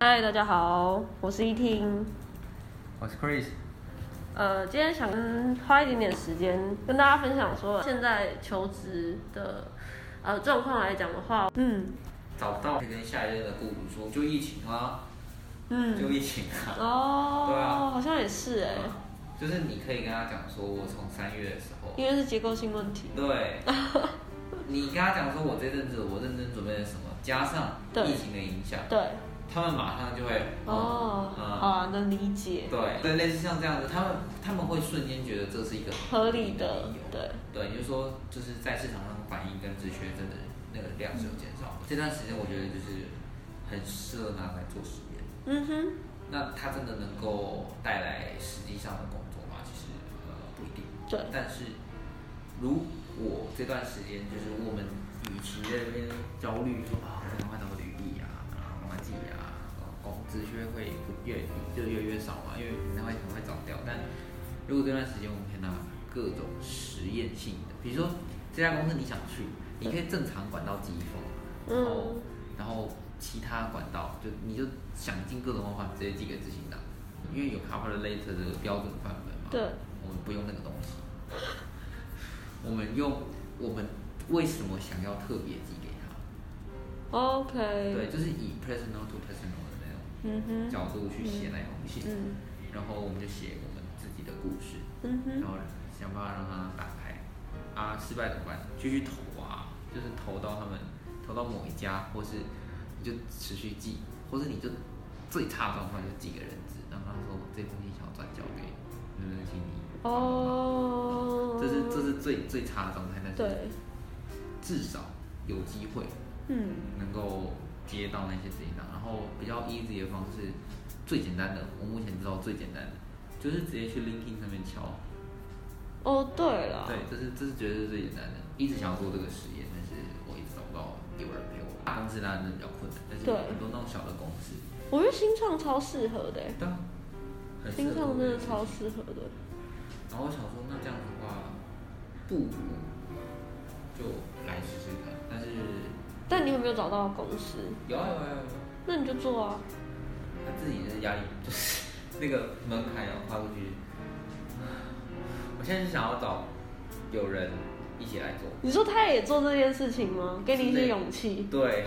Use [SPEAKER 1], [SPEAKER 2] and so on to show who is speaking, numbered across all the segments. [SPEAKER 1] 嗨，大家好，我是一听。
[SPEAKER 2] 我是 Chris。
[SPEAKER 1] 呃，今天想跟花一点点时间跟大家分享说，现在求职的呃状况来讲的话，嗯
[SPEAKER 2] 找不到可以跟下一任的雇主说，就疫情啊，
[SPEAKER 1] 嗯，
[SPEAKER 2] 就疫情啊。
[SPEAKER 1] 哦，
[SPEAKER 2] 对啊
[SPEAKER 1] 好像也是哎、
[SPEAKER 2] 就是你可以跟他讲说，我从三月的时候，
[SPEAKER 1] 因为是结构性问题。
[SPEAKER 2] 对，你跟他讲说我这阵子我认真准备了什么，加上
[SPEAKER 1] 对
[SPEAKER 2] 疫情的影响，
[SPEAKER 1] 对，
[SPEAKER 2] 他们马上就会
[SPEAKER 1] 哦，
[SPEAKER 2] 嗯
[SPEAKER 1] 好啊，能理解，
[SPEAKER 2] 对对，类似像这样子，他们他们会瞬间觉得这是一个
[SPEAKER 1] 合理的
[SPEAKER 2] 理由，
[SPEAKER 1] 对，
[SPEAKER 2] 对，也就是说，就是在市场上反应跟职缺真的那个量是有减少的。这段时间我觉得就是很适合拿来做实验。
[SPEAKER 1] 嗯哼，
[SPEAKER 2] 那它真的能够带来实际上的工作吗？其实呃不一定。
[SPEAKER 1] 对，
[SPEAKER 2] 但是如果这段时间就是我们与其在那边焦虑说啊，我赶快找个履历啊，然后赶快寄啊，然后工资却会越就越来越少嘛，因为平常会很会找掉。但如果这段时间我们可以拿各种实验性的，比如说这家公司你想去，你可以正常管道寄封，然后
[SPEAKER 1] 嗯
[SPEAKER 2] 然后其他管道就你就想尽各种方法直接寄给执行长，因为有 cover later 的标准范本嘛。
[SPEAKER 1] 对，
[SPEAKER 2] 我们不用那个东西， 我们用我们为什么想要特别寄给他？
[SPEAKER 1] ，OK，
[SPEAKER 2] 对，就是以 personal to personal 的那
[SPEAKER 1] 嗯
[SPEAKER 2] 种
[SPEAKER 1] 哼，
[SPEAKER 2] 角度去写那封信，
[SPEAKER 1] 嗯
[SPEAKER 2] 然后我们就写我们自己的故事，
[SPEAKER 1] 嗯
[SPEAKER 2] 然
[SPEAKER 1] 哼，
[SPEAKER 2] 后想办法让它打开。啊，失败怎么办？继续投啊，就是投到他们，投到某一家，或是你就持续寄，或是你就最差的状况就寄给人资，让他说我这封信想要转交给，嗯，请你帮忙
[SPEAKER 1] 哦，
[SPEAKER 2] 这是这是最最差的状态，但是
[SPEAKER 1] 对，
[SPEAKER 2] 至少有机会
[SPEAKER 1] 嗯
[SPEAKER 2] 能够接到那些事情档。然后比较 easy 的方式，最简单的，我目前知道最简单的，就是直接去 LinkedIn 上面敲。
[SPEAKER 1] 哦，对了，
[SPEAKER 2] 对，这是这是绝对是最简单的。一直想要做这个实验，但是我一直找不到有人陪我。大公司当然是比较困难，但是
[SPEAKER 1] 对
[SPEAKER 2] 很多那种小的公司，
[SPEAKER 1] 我觉得新创超适合的欸，
[SPEAKER 2] 对啊，很适合
[SPEAKER 1] 新创
[SPEAKER 2] 做
[SPEAKER 1] 真的
[SPEAKER 2] 这件事情
[SPEAKER 1] 超适合的。
[SPEAKER 2] 然后我想说，那这样的话，不如就来试试看。但是
[SPEAKER 1] 但你有没有找到公司？
[SPEAKER 2] 有啊有啊有啊有啊。
[SPEAKER 1] 那你就做啊。
[SPEAKER 2] 他自己的压力就是 那个门槛要跨过去。 我现在是想要找有人一起来做，
[SPEAKER 1] 你说他也做这件事情吗？给你一些勇气。
[SPEAKER 2] 对。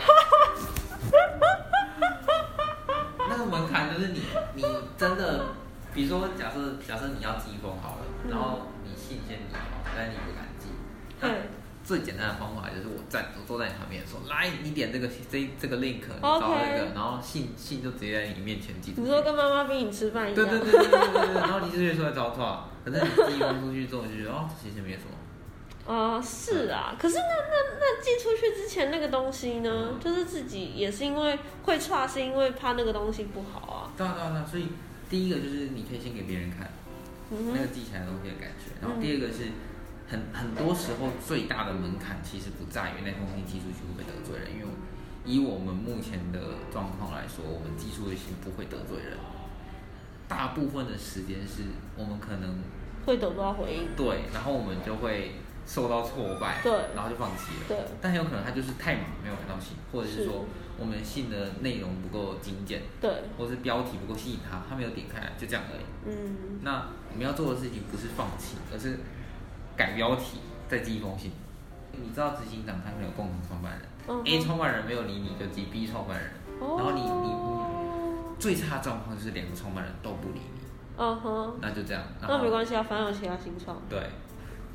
[SPEAKER 2] 那个门槛就是你，你真的，比如说假设假设你要寄封好了，
[SPEAKER 1] 嗯
[SPEAKER 2] 然后你信先你好，但是你不敢寄，那
[SPEAKER 1] 对
[SPEAKER 2] 最简单的方法就是我站我坐在你旁边说，来你点这个这这个 link，你找那个
[SPEAKER 1] OK
[SPEAKER 2] 然后信信就直接在你面前寄出去。
[SPEAKER 1] 你说跟妈妈逼你吃饭一样。
[SPEAKER 2] 对对对对对对对，然后你就觉得说糟蹋，可是你寄封出去之后，你就觉得哦，其实没什么。
[SPEAKER 1] 啊、是啊。可是那那那寄出去之前那个东西呢？就是自己也是因为会差，是因为怕那个东西不好啊。
[SPEAKER 2] 对啊对啊对啊，所以第一个就是你可以先给别人看
[SPEAKER 1] 嗯
[SPEAKER 2] 那
[SPEAKER 1] 哼，嗯
[SPEAKER 2] 个记起来的东西的感觉，然后第二个是很很多时候最大的门槛其实不在于那封信寄出去会不会得罪人，因为以我们目前的状况来说，我们寄出的信不会得罪人。大部分的时间是我们可能
[SPEAKER 1] 会得不到回应。
[SPEAKER 2] 对，然后我们就会受到挫败，
[SPEAKER 1] 对
[SPEAKER 2] 然后就放弃了。
[SPEAKER 1] 对，
[SPEAKER 2] 但很有可能他就是太忙没有看到信，或者
[SPEAKER 1] 是
[SPEAKER 2] 是说我们信的内容不够精简，
[SPEAKER 1] 对，
[SPEAKER 2] 或是标题不够吸引他，他没有点开来，就这样而已。
[SPEAKER 1] 嗯，
[SPEAKER 2] 那我们要做的事情不是放弃，而是改标题，再寄一封信。你知道执行长他们有共同创办人、
[SPEAKER 1] 嗯哼
[SPEAKER 2] a 创办人没有理你，就寄 B 创办人。然后你你你
[SPEAKER 1] 哦，
[SPEAKER 2] 最差的状况就是两个创办人都不理你，
[SPEAKER 1] 嗯哼，
[SPEAKER 2] 那就这样。然
[SPEAKER 1] 那
[SPEAKER 2] 后
[SPEAKER 1] 没关系啊，反正有其他新创。
[SPEAKER 2] 对，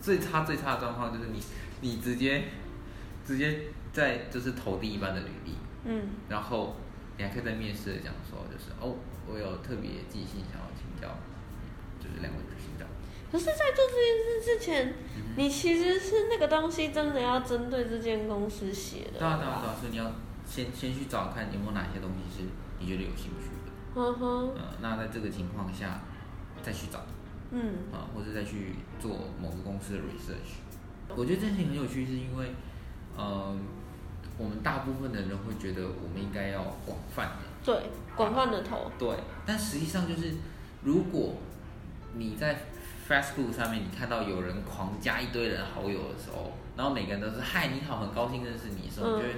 [SPEAKER 2] 最差最差的状况就是你你直接直接在就是投递一般的履历，
[SPEAKER 1] 嗯
[SPEAKER 2] 然后你还可以在面试的讲说，就是哦，我有特别记性想要请教，就是两位执行长。
[SPEAKER 1] 可是，在做这件事之前，你其实是那个东西真的要针对这间公司写的。
[SPEAKER 2] 对啊对啊对啊，所以你要先先去找看有没有哪些东西是你觉得有兴趣的，
[SPEAKER 1] 嗯哼，
[SPEAKER 2] 呃，那在这个情况下再去找啊、
[SPEAKER 1] 嗯
[SPEAKER 2] 呃或者再去做某个公司的 research。我觉得这件事情很有趣，是因为，呃，我们大部分的人会觉得我们应该要广泛的
[SPEAKER 1] 对，广泛的投，
[SPEAKER 2] 对，但实际上就是，如果你在 Facebook 上面你看到有人狂加一堆人好友的时候，然后每个人都是嗨你好，很高兴认识你的时候，
[SPEAKER 1] 嗯
[SPEAKER 2] 你就会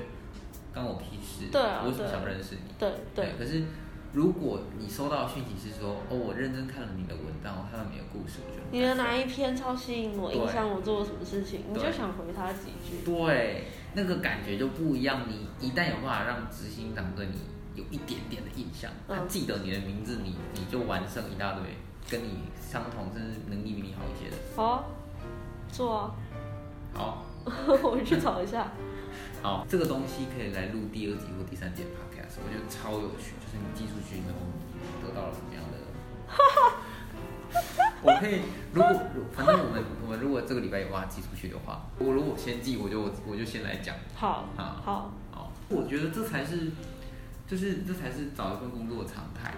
[SPEAKER 2] 干我屁事，
[SPEAKER 1] 对啊
[SPEAKER 2] 我为什么
[SPEAKER 1] 对
[SPEAKER 2] 想认识你？
[SPEAKER 1] 对对，
[SPEAKER 2] 可是如果你收到的讯息是说，哦，我认真看了你的文章，我看了你的故事，我觉得很
[SPEAKER 1] 你的
[SPEAKER 2] 感动
[SPEAKER 1] 哪一篇超吸引我，
[SPEAKER 2] 对
[SPEAKER 1] 影响我做了什么事情，你就
[SPEAKER 2] 对
[SPEAKER 1] 想回他几句。
[SPEAKER 2] 对，那个感觉就不一样。你一旦有办法让执行长对你有一点点的印象，
[SPEAKER 1] 嗯
[SPEAKER 2] 他记得你的名字，你你就完胜一大堆跟你相同甚至能力比你好一些的。
[SPEAKER 1] 好啊，做啊，
[SPEAKER 2] 好，
[SPEAKER 1] 我去找一 下。
[SPEAKER 2] 好，这个东西可以来录第二集或第三集的 podcast，我觉得超有趣。就是你寄出去以后，你得到了什么样的？我可以，如果反正我们我们如果这个礼拜有办法寄出去的话，我如果先寄，我就我就先来讲。
[SPEAKER 1] 好，
[SPEAKER 2] 好
[SPEAKER 1] 好，
[SPEAKER 2] 哦，我觉得这才是，就是这才是找一份工作的常态。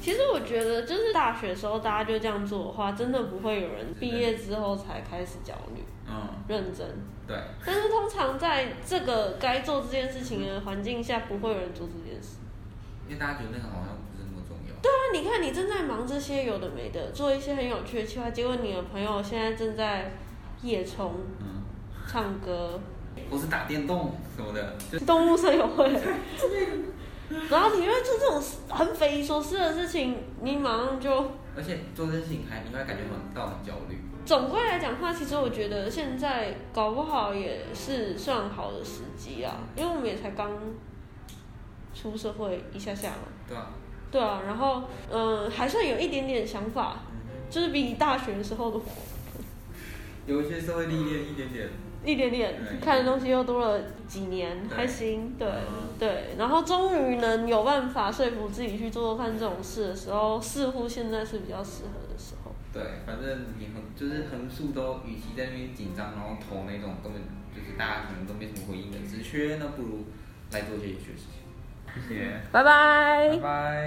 [SPEAKER 1] 其实我觉得，就是大学时候大家就这样做的话，真的不会有人毕业之后才开始焦虑，
[SPEAKER 2] 嗯，
[SPEAKER 1] 认真。
[SPEAKER 2] 对，
[SPEAKER 1] 但是通常在这个该做这件事情的环境下，不会有人做这件事。
[SPEAKER 2] 因为大家觉得那个好像不是那么重要。
[SPEAKER 1] 那你看，你正在忙这些有的没的，做一些很有趣的计划，结果你的朋友现在正在夜冲、
[SPEAKER 2] 嗯，
[SPEAKER 1] 唱歌、
[SPEAKER 2] 或是打电动什么的，就
[SPEAKER 1] 动物声友会，然后你就会做这种很匪夷所思的事情，你马上就
[SPEAKER 2] 而且做这些事情还你会感觉很到很焦虑。
[SPEAKER 1] 总归来讲话，其实我觉得现在搞不好也是算好的时机啊，因为我们也才刚出社会一下下嘛。
[SPEAKER 2] 对啊，
[SPEAKER 1] 对啊，然后嗯、呃还算有一点点想法，就是比你大学时候的
[SPEAKER 2] 有一些社会历练一点点。
[SPEAKER 1] 一点点
[SPEAKER 2] 对
[SPEAKER 1] 看的东西又多了几年，
[SPEAKER 2] 对
[SPEAKER 1] 还行，对
[SPEAKER 2] 嗯
[SPEAKER 1] 对。然后终于能有办法说服自己去做做看这种事的时候，似乎现在是比较适合的时候。
[SPEAKER 2] 对，反正你横就是横竖都，与其在那边紧张，然后投那种根本就是大家可能都没什么回应的职缺，那不如来做这些事情。谢谢，
[SPEAKER 1] 拜拜
[SPEAKER 2] 拜拜。